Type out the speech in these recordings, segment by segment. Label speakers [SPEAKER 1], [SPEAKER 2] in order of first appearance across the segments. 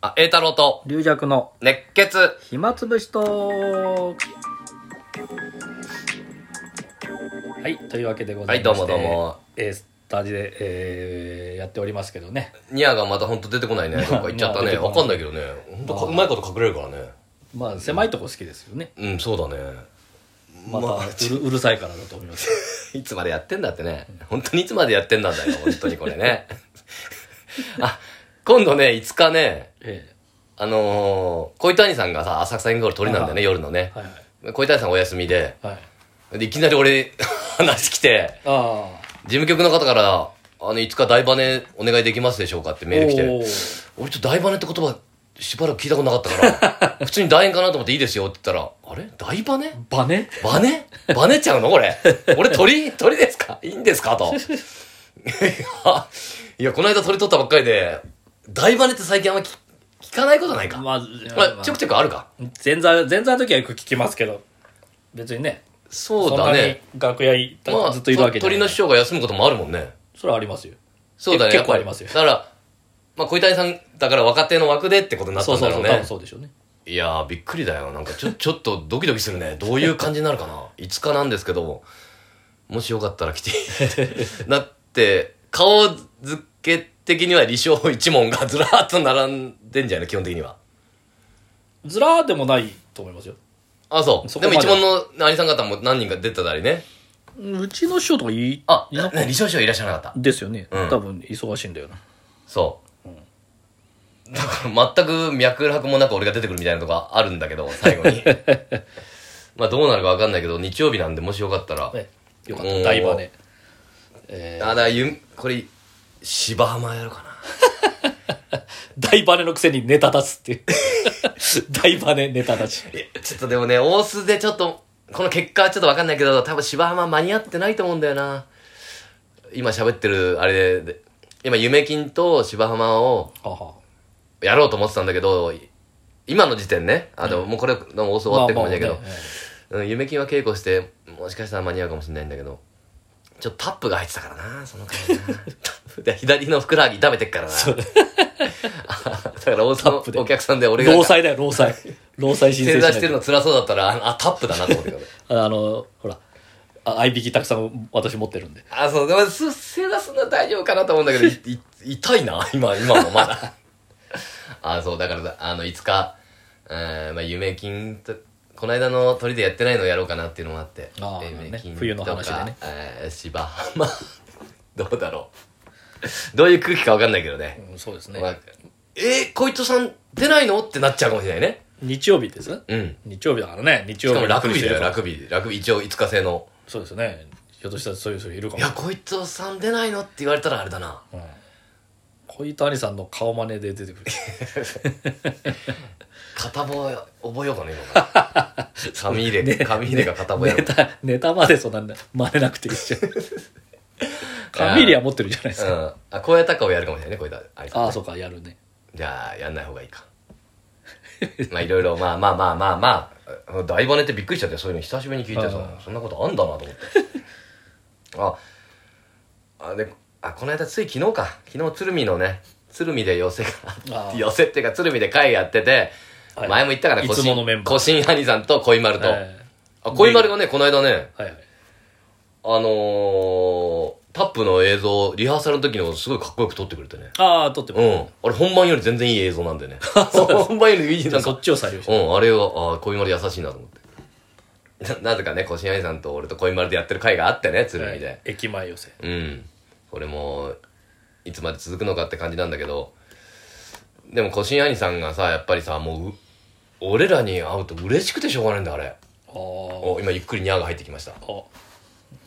[SPEAKER 1] あ、栄太郎と
[SPEAKER 2] 龍弱の
[SPEAKER 1] 熱血。
[SPEAKER 2] 暇つぶしとはいというわけでございまして
[SPEAKER 1] はいどうもどうも
[SPEAKER 2] えースタジで、えーやっておりますけどね
[SPEAKER 1] ニアがまたほんと出てこないね。どっか行っちゃったね。
[SPEAKER 2] まあ
[SPEAKER 1] わかんないけどね。ほんとか、うまいこと隠れるからね。
[SPEAKER 2] まあ狭いとこ好きですよね
[SPEAKER 1] うん、そうだね。
[SPEAKER 2] また、
[SPEAKER 1] まあ
[SPEAKER 2] うるうるさいからだと思いま す
[SPEAKER 1] いつまでやってんだってね。本当にいつまでやってんだんだよ。本当にこれね。 あ、今度ね、5日ね、
[SPEAKER 2] え
[SPEAKER 1] あのー、小谷さんがさ、浅草インゴール鳥なんだよね、
[SPEAKER 2] あ
[SPEAKER 1] 夜のね
[SPEAKER 2] え。はい
[SPEAKER 1] 小谷さんお休みで、
[SPEAKER 2] はいはい
[SPEAKER 1] でいきなり俺、 話来て、
[SPEAKER 2] あ
[SPEAKER 1] 事務局の方から、あの、いつか台バネお願いできますでしょうかって
[SPEAKER 2] あ
[SPEAKER 1] メール来
[SPEAKER 2] お
[SPEAKER 1] て、
[SPEAKER 2] ー
[SPEAKER 1] 俺ちょっと台バネって言葉、しばらく聞いたことなかった から、普通に楕円かなと思っていいですよって言ったら、あれ台バネ
[SPEAKER 2] バネ
[SPEAKER 1] バネバネちゃうのこれ。俺鳥、鳥ですかいいんですかと。いや、いやこの間鳥取ったばっかりで、大バネって最近あんま聞聞かないことないか。ま
[SPEAKER 2] まあ、
[SPEAKER 1] あ、ちょくちょくあるか。
[SPEAKER 2] 前座前座の時はよく聞きますけど別にね
[SPEAKER 1] そうだね。
[SPEAKER 2] そんなに楽屋いた、
[SPEAKER 1] まあ、
[SPEAKER 2] ずっといるわけじゃな
[SPEAKER 1] 鳥
[SPEAKER 2] い
[SPEAKER 1] の師匠が休むこともあるもんね。
[SPEAKER 2] それはありますよ
[SPEAKER 1] そうだね。
[SPEAKER 2] 結構ありますよ
[SPEAKER 1] だから、まあ、小谷さんだから若手の枠でってことになっ
[SPEAKER 2] そ
[SPEAKER 1] ただ
[SPEAKER 2] うんそ
[SPEAKER 1] ろ
[SPEAKER 2] うそうう、
[SPEAKER 1] ね。
[SPEAKER 2] 多分そうでしょうね
[SPEAKER 1] いやー、びっくりだよ。なんかちょ、ち ょっとドキドキするね。どういう感じになるかな。5日なんですけども、もしよかったら来て なって、顔付け的には李承一門がずらーっと並んでんじゃない基本的には。
[SPEAKER 2] ずらーでもないと思いますよ
[SPEAKER 1] あ、そう。
[SPEAKER 2] そ
[SPEAKER 1] で
[SPEAKER 2] こま
[SPEAKER 1] も
[SPEAKER 2] で
[SPEAKER 1] 一門の兄さん方も何人か出てたりね。
[SPEAKER 2] うちの師匠とかいい
[SPEAKER 1] あ、
[SPEAKER 2] いな
[SPEAKER 1] ね
[SPEAKER 2] かった
[SPEAKER 1] 李承師匠いらっしゃらなかった。
[SPEAKER 2] ですよね、
[SPEAKER 1] うん
[SPEAKER 2] 多分忙しいんだよな
[SPEAKER 1] そう。だから全く脈絡もなく俺が出てくるみたいなとこあるんだけど、最後 に。まあどうなるかわかんないけど、日曜日なんでもしよかったら。
[SPEAKER 2] ええよかっ
[SPEAKER 1] おー
[SPEAKER 2] た台場ねえ
[SPEAKER 1] あだからゆこれ芝浜やろうか
[SPEAKER 2] ー、大バネのくせにネタ立つっていう 大バネネタ立ち
[SPEAKER 1] ないやちょっとでもね大須でちょっとこの結果はちょっと分かんないけど多分芝浜間に合ってないと思うんだよな今喋ってるあれで今夢金と芝浜を
[SPEAKER 2] はは
[SPEAKER 1] やろうと思ってたんだけどい今の時点ねあでももうこれでも大須終わってるかもしれないけど、
[SPEAKER 2] まあまあね
[SPEAKER 1] うん、夢金は稽古してもしかしたら間に合うかもしれないんだけどちょっとタップが入ってたからなその感じなタップで左のふくらはぎ痛めてっからな だから大
[SPEAKER 2] ッ
[SPEAKER 1] 須
[SPEAKER 2] プで
[SPEAKER 1] のお客さんで俺が
[SPEAKER 2] 労災だよ労災労災申
[SPEAKER 1] 正
[SPEAKER 2] 請
[SPEAKER 1] 座
[SPEAKER 2] し
[SPEAKER 1] し
[SPEAKER 2] な
[SPEAKER 1] て
[SPEAKER 2] い
[SPEAKER 1] る
[SPEAKER 2] と
[SPEAKER 1] の辛そうだったら、あ、あタップだなと思ってた
[SPEAKER 2] あのほらあ合いびきたくさん私持ってるんで
[SPEAKER 1] あ、そう、でも、す正座すんのは大丈夫かなと思うんだけど、 いい痛いな、今、今もまだ。 あ、そう、だから、あの、いつか、えー、まあ、夢金と、この間の鳥でやってないのをやろうかなっていうのもあって。
[SPEAKER 2] あー
[SPEAKER 1] 夢
[SPEAKER 2] ね
[SPEAKER 1] 金
[SPEAKER 2] 冬の話でね
[SPEAKER 1] とかえー、芝浜。 どうだろう。どういう空気かわかんないけどね。
[SPEAKER 2] うんそうです
[SPEAKER 1] まあえー、小糸さん出ないのってなっちゃうかもしれないね。
[SPEAKER 2] 日曜日です
[SPEAKER 1] うん。
[SPEAKER 2] 日曜日だからね日
[SPEAKER 1] し
[SPEAKER 2] 曜
[SPEAKER 1] か
[SPEAKER 2] 日
[SPEAKER 1] もラグビーだよ、
[SPEAKER 2] 来る人いるから
[SPEAKER 1] ラグビー。ラグビー、一応5日制の。
[SPEAKER 2] そうですねひょっとしたらそういう人いるか
[SPEAKER 1] い
[SPEAKER 2] も
[SPEAKER 1] や、こいつさん出ないのって言われたらあれだな。
[SPEAKER 2] うん小糸兄さんの顔真似で出てくる
[SPEAKER 1] 片棒覚えようかな、今から。 紙入れ、紙入れが片棒や
[SPEAKER 2] ネ
[SPEAKER 1] ろ。
[SPEAKER 2] タネタまでそんな真似なくていいじゃんカミリア持ってるじゃないです
[SPEAKER 1] う
[SPEAKER 2] か
[SPEAKER 1] ん。あ、こうやったかをやるかもしれないね、こういったあいつ
[SPEAKER 2] ああそうかやるね
[SPEAKER 1] じゃあ、やんない方がいいか。まあ、いろいろ、まあまあまあまあまあ、大バネってびっくりしちゃって、そういうの久しぶりに聞いてさ
[SPEAKER 2] あ、ー
[SPEAKER 1] そんなことあんだな と思って。あ、あ、で、あ、この間つい昨日か。昨日、鶴見のね、鶴見で寄せが
[SPEAKER 2] あ、ー
[SPEAKER 1] 寄せっていうか鶴見で会やってて、
[SPEAKER 2] はい
[SPEAKER 1] 前も言ったから、
[SPEAKER 2] いつものメンバー
[SPEAKER 1] 小新兄さんと恋丸と。
[SPEAKER 2] え
[SPEAKER 1] あ、小丸がね、この間ね、
[SPEAKER 2] ーはいはい
[SPEAKER 1] あのー、タップの映像、リハーサルの時のすごいかっこよく撮ってくれてね。
[SPEAKER 2] ああ撮っても
[SPEAKER 1] う。
[SPEAKER 2] らうん
[SPEAKER 1] あれ本番より全然いい映像なんで ね。本番よりいい
[SPEAKER 2] じゃ
[SPEAKER 1] な
[SPEAKER 2] あ
[SPEAKER 1] ん
[SPEAKER 2] そ
[SPEAKER 1] か。
[SPEAKER 2] っちを採用
[SPEAKER 1] う
[SPEAKER 2] して
[SPEAKER 1] ん、あれは、あー小丸優しいなと思って。な、なぜかね、小新愛さんと俺と小丸でやってる回があってね、鶴見
[SPEAKER 2] はい
[SPEAKER 1] で。
[SPEAKER 2] 駅前寄せ
[SPEAKER 1] うん。これも、いつまで続くのかって感じなんだけど、でも小新愛さんがさ、やっぱりさ、もうう、俺らに会うと嬉しくてしょうがないんだ、あれ。
[SPEAKER 2] あー
[SPEAKER 1] お、今ゆっくりニャーが入ってきました。
[SPEAKER 2] あ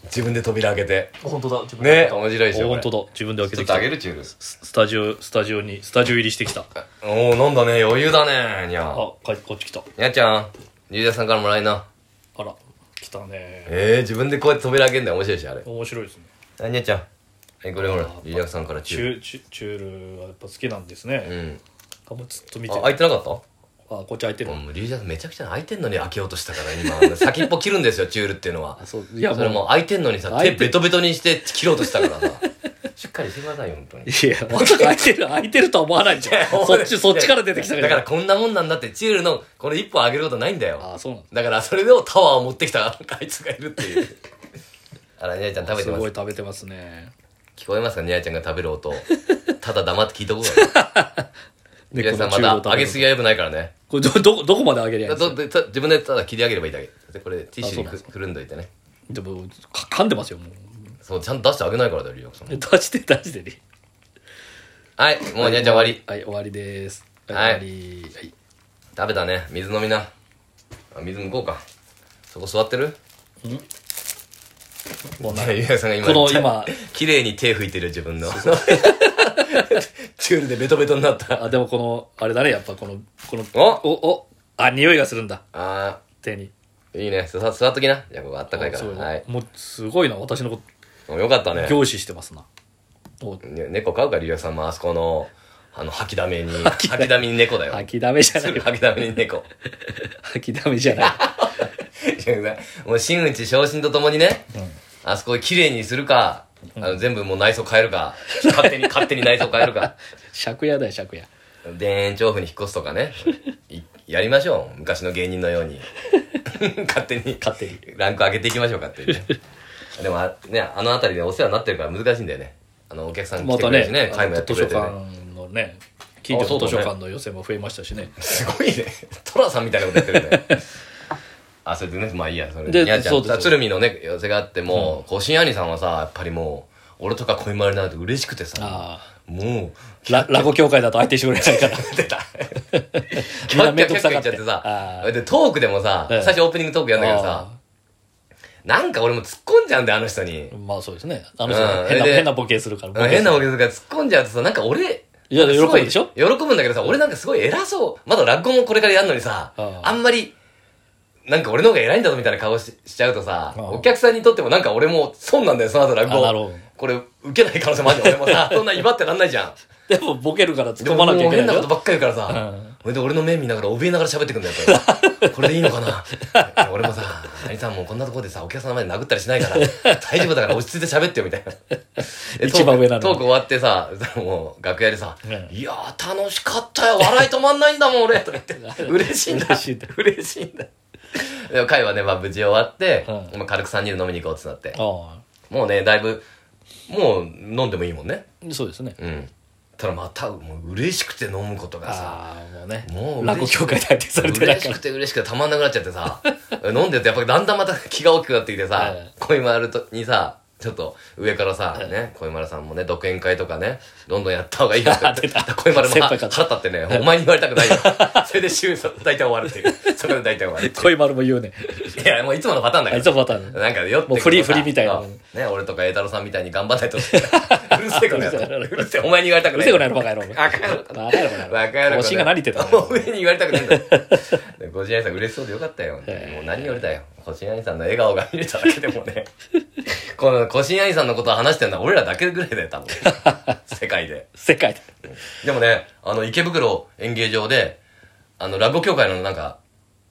[SPEAKER 1] 自分で扉開けて。
[SPEAKER 2] 本当だ自
[SPEAKER 1] ね面白いでしょこ
[SPEAKER 2] 本
[SPEAKER 1] れ
[SPEAKER 2] 当だ自分で開け
[SPEAKER 1] ちょ
[SPEAKER 2] て
[SPEAKER 1] っ
[SPEAKER 2] き
[SPEAKER 1] と
[SPEAKER 2] た
[SPEAKER 1] あげるチュールス
[SPEAKER 2] ススタジオスタジオにスタジオ入りしてきた
[SPEAKER 1] おおなんだね余裕だねにゃん
[SPEAKER 2] あかこっち来た
[SPEAKER 1] にゃちゃんゆうやさんからもらいな
[SPEAKER 2] あら来たね
[SPEAKER 1] えー、自分でこうやって扉開けんだよ面白いしあれ
[SPEAKER 2] 面白いですね
[SPEAKER 1] あにゃちゃんはいこれほら
[SPEAKER 2] あー
[SPEAKER 1] ゆうやさんからチ
[SPEAKER 2] チ
[SPEAKER 1] ュー
[SPEAKER 2] ューチュチュールはやっぱ好きなんです
[SPEAKER 1] ル
[SPEAKER 2] ね、
[SPEAKER 1] うん
[SPEAKER 2] あもうずっと見て
[SPEAKER 1] あ
[SPEAKER 2] るあ
[SPEAKER 1] 開いてなかった
[SPEAKER 2] こっち開いてる、
[SPEAKER 1] もうリュウジさんめちゃくちゃ開いてんのに開けようとしたから今あの先っぽ切るんですよチュールっていうのは
[SPEAKER 2] あそうい
[SPEAKER 1] いや
[SPEAKER 2] や
[SPEAKER 1] それ
[SPEAKER 2] もう
[SPEAKER 1] もう開いてんのにさ
[SPEAKER 2] 開
[SPEAKER 1] 手
[SPEAKER 2] いて
[SPEAKER 1] ベトベトにして切ろうとしたからさしっかりしてくださいよ、本当に。
[SPEAKER 2] い や、まさか空いてる、空いてるとは思わないじゃん。そっち、そっちから出てきた
[SPEAKER 1] だからこんなもんなんだって、チュールのこの一本あげることないんだよ。
[SPEAKER 2] ああ、そうなんだ。
[SPEAKER 1] だからそれでもタワーを持ってきたあいつがいるっていう。 あら、にゃいちゃん食べて
[SPEAKER 2] す
[SPEAKER 1] ま
[SPEAKER 2] ごい
[SPEAKER 1] す。
[SPEAKER 2] 食べてますね。
[SPEAKER 1] 聞こえますかにゃいちゃんが食べる 音。ただ黙って聞いと こうか。にゃいさんまた上げす
[SPEAKER 2] ぎ。
[SPEAKER 1] ぎは良くないからね。
[SPEAKER 2] これど、どこ、どこまで上げりゃいいんです
[SPEAKER 1] ど
[SPEAKER 2] か
[SPEAKER 1] でた自分でただ切り上げればいいだけ。で、これティッシュに
[SPEAKER 2] あそうなんです
[SPEAKER 1] くるんどいてね。
[SPEAKER 2] でも、か噛んでますよ、もう。
[SPEAKER 1] そう、ちゃんと出してあげないからだよ、リオさん。
[SPEAKER 2] 出して、出してね。
[SPEAKER 1] はい、もうにゃいちゃん終わり。
[SPEAKER 2] はい、終わりです。
[SPEAKER 1] はい
[SPEAKER 2] 終わり。はい。
[SPEAKER 1] 食べたね。水飲みな。あ水向こうか。そこ座ってる
[SPEAKER 2] こんな
[SPEAKER 1] ゆうやさんが今
[SPEAKER 2] この今
[SPEAKER 1] 綺麗に手拭いてる自分の チュールでベトベトになった
[SPEAKER 2] あ、でもこの、あれだね、やっぱこの、この、
[SPEAKER 1] お
[SPEAKER 2] お、お、あ、匂いがするんだ、
[SPEAKER 1] あ
[SPEAKER 2] 手に。
[SPEAKER 1] ーいいね座座っときなじゃあここあったかいか
[SPEAKER 2] あ
[SPEAKER 1] ら
[SPEAKER 2] そう
[SPEAKER 1] はい
[SPEAKER 2] もう、すごいな、私のこ
[SPEAKER 1] およかった
[SPEAKER 2] と、
[SPEAKER 1] ね
[SPEAKER 2] 凝視してますな。お、
[SPEAKER 1] ね猫飼うかりゅうやさんもあそこのあの吐きだめ に吐きだめに猫だよ
[SPEAKER 2] 吐きだめじゃない。
[SPEAKER 1] 吐きだめに猫
[SPEAKER 2] 吐きだめじゃない。
[SPEAKER 1] もう真打ち昇進とともにね、あそこを綺麗にするかあの全部もう内装変えるか勝手に勝手に内装変えるか
[SPEAKER 2] 借家だよ、借家。
[SPEAKER 1] 田園調布に引っ越すとか ねいやりましょう昔の芸人のように勝手に
[SPEAKER 2] 勝手に
[SPEAKER 1] ランク上げていきましょうかって いうねでもあ,、ね、あの辺りでお世話になってるから難しいんだよねあのお客さん来
[SPEAKER 2] ま
[SPEAKER 1] て
[SPEAKER 2] た
[SPEAKER 1] くれるしね
[SPEAKER 2] ね、
[SPEAKER 1] 会もやって
[SPEAKER 2] 図
[SPEAKER 1] くれ
[SPEAKER 2] 書
[SPEAKER 1] て、ね、
[SPEAKER 2] 館のね、近所
[SPEAKER 1] あそ
[SPEAKER 2] の
[SPEAKER 1] うだ
[SPEAKER 2] 図
[SPEAKER 1] ね
[SPEAKER 2] 書館の寄せも増えましたしね。
[SPEAKER 1] すごいね寅さんみたいなことやってるね あそれでねまあいいやそれ
[SPEAKER 2] で
[SPEAKER 1] にゃちゃ
[SPEAKER 2] そうんですよ
[SPEAKER 1] さ鶴見のね寄せがあってもう越谷兄さんはさやっぱりもう俺とか恋丸になると嬉しくてさ
[SPEAKER 2] あ
[SPEAKER 1] もう
[SPEAKER 2] あ。ラ、ラゴ協会だと相手してくれないから。
[SPEAKER 1] 出た。キ
[SPEAKER 2] みん
[SPEAKER 1] ャ
[SPEAKER 2] な
[SPEAKER 1] ッキ
[SPEAKER 2] め
[SPEAKER 1] ャキ
[SPEAKER 2] んど
[SPEAKER 1] ャッ
[SPEAKER 2] く
[SPEAKER 1] キャ
[SPEAKER 2] さ
[SPEAKER 1] 言
[SPEAKER 2] が
[SPEAKER 1] っち
[SPEAKER 2] って
[SPEAKER 1] ゃってさ
[SPEAKER 2] あ。ー
[SPEAKER 1] で、トークでもさ、
[SPEAKER 2] うん
[SPEAKER 1] 最初オープニングトークやんだけどさ、なんか俺も突っ込んじゃうんだよ、あの人に。
[SPEAKER 2] まあそうですね。あの人
[SPEAKER 1] うん
[SPEAKER 2] は変な、
[SPEAKER 1] で
[SPEAKER 2] 変なボケするから。ボケする
[SPEAKER 1] 変なお客さんが突っ込んじゃうとさ、なんか俺、
[SPEAKER 2] いや
[SPEAKER 1] すご
[SPEAKER 2] 喜ぶでしょ
[SPEAKER 1] 喜ぶんだけどさ、俺なんかすごい偉そう。まだ落語もこれからやるのにさ、
[SPEAKER 2] うん
[SPEAKER 1] あんまり、なんか俺の方が偉いんだぞみたいな顔ししちゃうとさ、
[SPEAKER 2] うん
[SPEAKER 1] お客さんにとってもなんか俺も損なんだよ、その後落
[SPEAKER 2] あなるほ
[SPEAKER 1] 語
[SPEAKER 2] ど。
[SPEAKER 1] これ、受けない可能性もあるじゃん。俺もさ、そんな威張ってらんないじゃん。
[SPEAKER 2] でもボケるから突っ
[SPEAKER 1] で
[SPEAKER 2] 込
[SPEAKER 1] も
[SPEAKER 2] まな
[SPEAKER 1] もう
[SPEAKER 2] きゃいけない
[SPEAKER 1] 変
[SPEAKER 2] で
[SPEAKER 1] なこ
[SPEAKER 2] しょ
[SPEAKER 1] とばっかり言うからさ、それで俺の目見ながら怯えながら喋ってくんだよこれ これでいいのかないや俺もさ「兄さんもうこんなところでさお客さんまで殴ったりしないから大丈夫だから落ち着いて喋ってよ」みたいなで
[SPEAKER 2] 一番上なのに
[SPEAKER 1] トークトーク終わってさもう楽屋でさ「
[SPEAKER 2] うん
[SPEAKER 1] いやー楽しかったよ笑い止まんないんだもん俺」とか言 って嬉しいんだ
[SPEAKER 2] 嬉しいんだ
[SPEAKER 1] 嬉しいんだでも会はね、まあ、無事終わって、
[SPEAKER 2] うん
[SPEAKER 1] まあ軽く3人で飲みに行こうってなって
[SPEAKER 2] あ
[SPEAKER 1] もうねだいぶもう飲んでもいいもんね
[SPEAKER 2] あそうですね
[SPEAKER 1] うん。ただまた、もう嬉しくて飲むことがさ、
[SPEAKER 2] ああもうね
[SPEAKER 1] もう
[SPEAKER 2] 落語協会で相手されてない
[SPEAKER 1] 嬉
[SPEAKER 2] か
[SPEAKER 1] し
[SPEAKER 2] ら
[SPEAKER 1] くて嬉しくてたまんなくなっちゃってさ、飲んでるとやっぱだんだんまた気が大きくなってきてさ
[SPEAKER 2] うん、
[SPEAKER 1] 恋丸とにさ、ちょっと上からさ、ね、恋丸さんもね、独演会とかね、どんどんやった方がいいよって言って
[SPEAKER 2] 出た
[SPEAKER 1] 恋丸も
[SPEAKER 2] 先
[SPEAKER 1] 腹
[SPEAKER 2] 輩
[SPEAKER 1] 立
[SPEAKER 2] から
[SPEAKER 1] ってね、お前に言われたくないよ。 それで週さ大体終わるっていう。それで大体終わるっていう
[SPEAKER 2] 恋丸も言うね
[SPEAKER 1] いや、もういつものパターンだ
[SPEAKER 2] あ
[SPEAKER 1] か
[SPEAKER 2] い
[SPEAKER 1] ら
[SPEAKER 2] つ。も またね
[SPEAKER 1] なんかよって
[SPEAKER 2] もうフリーフリーみたいな
[SPEAKER 1] あね、俺とか栄太郎さんみたいに頑張んない と。うるせえこの野郎。うるせえ、お前に言われたく
[SPEAKER 2] う
[SPEAKER 1] ない。
[SPEAKER 2] るせえこの野郎バカ野郎
[SPEAKER 1] バカ野郎。
[SPEAKER 2] バカ野 郎バ
[SPEAKER 1] バ
[SPEAKER 2] カ
[SPEAKER 1] カ野郎。
[SPEAKER 2] おしんが何言ってた
[SPEAKER 1] も
[SPEAKER 2] の
[SPEAKER 1] う上に言われたくないんだ。ごちあいさん嬉しそうでよかったよ。も
[SPEAKER 2] え
[SPEAKER 1] う何よりだよ。ごちあいさんの笑顔が見れただけでもね。 このごちあいさんのことを話してるのは俺らだけぐらいだよ、 多分。世界で。
[SPEAKER 2] 世界で
[SPEAKER 1] でもね、あの、池袋演芸場で、あの、落語協会のなんか、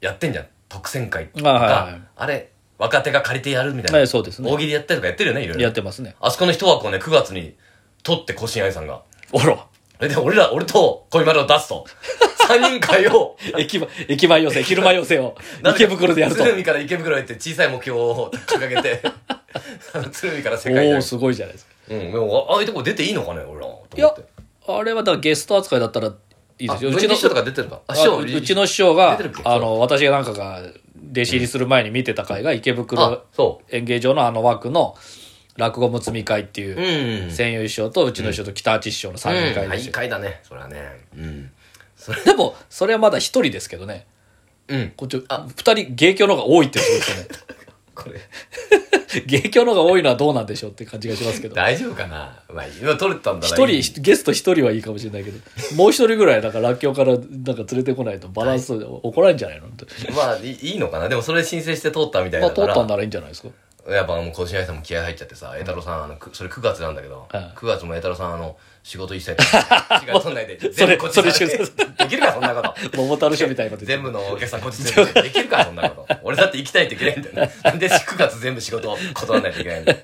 [SPEAKER 1] やってんじゃん。特選会とか、
[SPEAKER 2] あはいはい
[SPEAKER 1] あれ、若手が借りてやるみたいな。
[SPEAKER 2] まあそうですね
[SPEAKER 1] 大喜利やったりとかやってるよね、いろいろ。
[SPEAKER 2] やってますね
[SPEAKER 1] あそこの一枠をね、9月に取って、越谷さんが。
[SPEAKER 2] お ろ
[SPEAKER 1] それで、俺ら、俺と小丸を出す と。3人会を、
[SPEAKER 2] 駅前駅前寄せ昼前寄せを
[SPEAKER 1] なぜか
[SPEAKER 2] 池袋でやると
[SPEAKER 1] 鶴見から池袋へ行って小さい目標を掲げて、 あの鶴見から世界
[SPEAKER 2] おお
[SPEAKER 1] へ。
[SPEAKER 2] すごいじゃないですか
[SPEAKER 1] うん、でもあああいうとこ出ていいのかね、俺ら。と
[SPEAKER 2] い
[SPEAKER 1] 思
[SPEAKER 2] や
[SPEAKER 1] って。
[SPEAKER 2] あれはだからゲスト扱いだったらいいですよ
[SPEAKER 1] う
[SPEAKER 2] う
[SPEAKER 1] ち
[SPEAKER 2] ちの
[SPEAKER 1] の師匠とか出てるか。あ
[SPEAKER 2] あううちの師匠が
[SPEAKER 1] 出てるっけ、
[SPEAKER 2] あの、私なんかが弟子入りする前に見てた回が、池
[SPEAKER 1] あ
[SPEAKER 2] 袋、
[SPEAKER 1] そ。
[SPEAKER 2] 演芸場のあの枠の落語むつみ会っていう
[SPEAKER 1] う
[SPEAKER 2] う、
[SPEAKER 1] ん。
[SPEAKER 2] 千優師匠とうちの師匠と北八師匠の3人
[SPEAKER 1] う
[SPEAKER 2] 会
[SPEAKER 1] んあ
[SPEAKER 2] で
[SPEAKER 1] い
[SPEAKER 2] す
[SPEAKER 1] い
[SPEAKER 2] よ。
[SPEAKER 1] 回だねそれはねうんそれ
[SPEAKER 2] でも、それはまだ一人ですけどね。
[SPEAKER 1] うん
[SPEAKER 2] こっち、二人、芸協の方が多いってことですよ
[SPEAKER 1] これ
[SPEAKER 2] ね。芸協の方が多いのはどうなんでしょうって感じがしますけど。
[SPEAKER 1] 大丈夫かなまあ今撮れたんだな
[SPEAKER 2] 一
[SPEAKER 1] いい
[SPEAKER 2] 人、ゲスト一人はいいかもしれないけど、もう一人ぐらい、なんか、らっきょうから、なんか連れてこないとバランス、怒られんじゃないのって。
[SPEAKER 1] まあいいいのかなでもそれ申請して通ったみたい
[SPEAKER 2] まあ、
[SPEAKER 1] だか
[SPEAKER 2] 通った
[SPEAKER 1] ら
[SPEAKER 2] んならいいんじゃないですか。
[SPEAKER 1] やっぱもう越谷さんも気合入っちゃってさ栄太郎さんあのくそれ9月なんだけど
[SPEAKER 2] うん
[SPEAKER 1] 9月も栄太郎さんあの仕事一切取らない 違う取んないで
[SPEAKER 2] それ
[SPEAKER 1] 全部こっち
[SPEAKER 2] それ
[SPEAKER 1] で
[SPEAKER 2] それ
[SPEAKER 1] きるか、そんなこと。
[SPEAKER 2] 桃太郎賞みたいなこと言
[SPEAKER 1] 全
[SPEAKER 2] って
[SPEAKER 1] 部のお客さんこっち全部できるか、そんなこと。俺だって行きたいといけないんだよ ね。なんで9月全部仕事を断らないといけないんだよ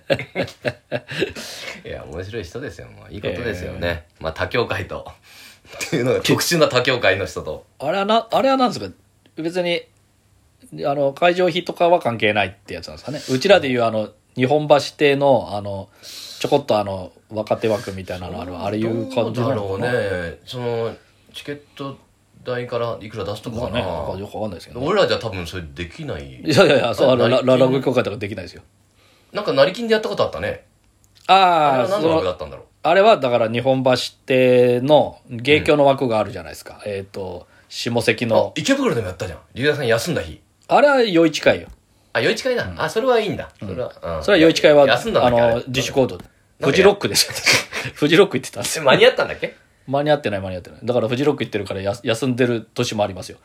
[SPEAKER 1] いや、面白い人ですよ。もういいことですよね。まあ、他協会と。っていうのが特殊な他協会の人と。
[SPEAKER 2] あれはな、あれはなんですか別に、あの、会場費とかは関係ないってやつなんですかね。うちらでいう、あの、日本橋邸の、あの、ちょこっとあの、若手枠みたいなのある、あれいう感じ
[SPEAKER 1] どうだ
[SPEAKER 2] なの
[SPEAKER 1] ろ
[SPEAKER 2] か
[SPEAKER 1] う
[SPEAKER 2] な。
[SPEAKER 1] ね。その、チケット代からいくら出すと
[SPEAKER 2] と
[SPEAKER 1] か
[SPEAKER 2] か
[SPEAKER 1] か
[SPEAKER 2] ね、
[SPEAKER 1] な。
[SPEAKER 2] なんかよくわかんないですけど、ね。
[SPEAKER 1] 俺らじゃ多分それできない。
[SPEAKER 2] いやいやいや、そう、あの、
[SPEAKER 1] あ
[SPEAKER 2] ラ
[SPEAKER 1] 成
[SPEAKER 2] ラ
[SPEAKER 1] 金
[SPEAKER 2] グ協会とかできないですよ。
[SPEAKER 1] なんか成金でやったことあったね。あれ
[SPEAKER 2] ああ、
[SPEAKER 1] は
[SPEAKER 2] そ
[SPEAKER 1] 何の枠だ
[SPEAKER 2] の、
[SPEAKER 1] ったんだろう。
[SPEAKER 2] あれはだから日本橋邸の芸協の枠があるじゃないですか。えっ、と、下関
[SPEAKER 1] あ
[SPEAKER 2] の、。
[SPEAKER 1] 池袋でもやったじゃん。龍谷さん休んだ日。
[SPEAKER 2] あれは余市会よ。
[SPEAKER 1] あ、余市会だ。あ、それはいいんだ。それは、うん
[SPEAKER 2] それは余市会は、
[SPEAKER 1] 休んだ
[SPEAKER 2] あ
[SPEAKER 1] んだっけ
[SPEAKER 2] の
[SPEAKER 1] れ、
[SPEAKER 2] 自主行動。フジロックですよ。 フジロック行ってたんです
[SPEAKER 1] え
[SPEAKER 2] よ。
[SPEAKER 1] 間に合ったんだっけ
[SPEAKER 2] 間に合ってない間に合ってない。だからフジロック行ってるからや休んでる年もありますよ。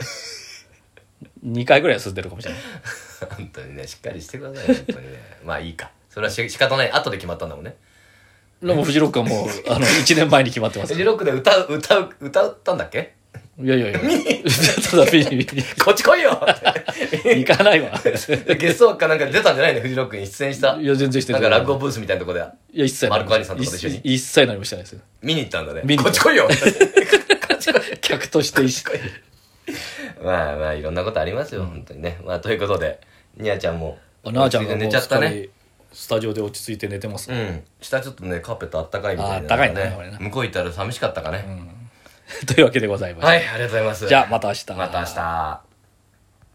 [SPEAKER 2] 2回ぐらい休んでるかもしれない。
[SPEAKER 1] 本当にね、しっかりしてください、本当にね。まあいいか。それはし仕方ない。後で決まったんだもんね。
[SPEAKER 2] でもフジロック はもう、あの、1年前に決まってま
[SPEAKER 1] フ
[SPEAKER 2] すか
[SPEAKER 1] ジロックで歌う、歌う、歌ったんだっけ
[SPEAKER 2] ら。いやいや いや。ただ見に
[SPEAKER 1] こっち来いよ
[SPEAKER 2] 行 かないわ。
[SPEAKER 1] ゲストかなんか出たんじゃないのフジロックに出演した。
[SPEAKER 2] いや、全然して
[SPEAKER 1] なんか落語ブースみたいなとこで
[SPEAKER 2] いや、一切何も
[SPEAKER 1] マルコアニさんとかと一緒に
[SPEAKER 2] 一一切何もしてないですよ。
[SPEAKER 1] 見に行ったんだね
[SPEAKER 2] 見。に
[SPEAKER 1] こ
[SPEAKER 2] 行
[SPEAKER 1] っ
[SPEAKER 2] っ
[SPEAKER 1] ち
[SPEAKER 2] た
[SPEAKER 1] 来いよ
[SPEAKER 2] 客として一緒。
[SPEAKER 1] まあまあいろんなことありますよ、本当にね。まあということで、ニアちゃんも。
[SPEAKER 2] あなあちゃんがも
[SPEAKER 1] 寝
[SPEAKER 2] う
[SPEAKER 1] ちゃっ
[SPEAKER 2] すったか
[SPEAKER 1] ね。
[SPEAKER 2] りスタジオで落ち着いて寝てます
[SPEAKER 1] う。ん。下ちょっとね、カーペットあったかいみたいな、
[SPEAKER 2] あったかいんだねこれね
[SPEAKER 1] 向こう行ったら寂しかったかね。
[SPEAKER 2] というわけでございます。
[SPEAKER 1] はい、ありがとうございます。
[SPEAKER 2] じゃあ、また明日。
[SPEAKER 1] また明日。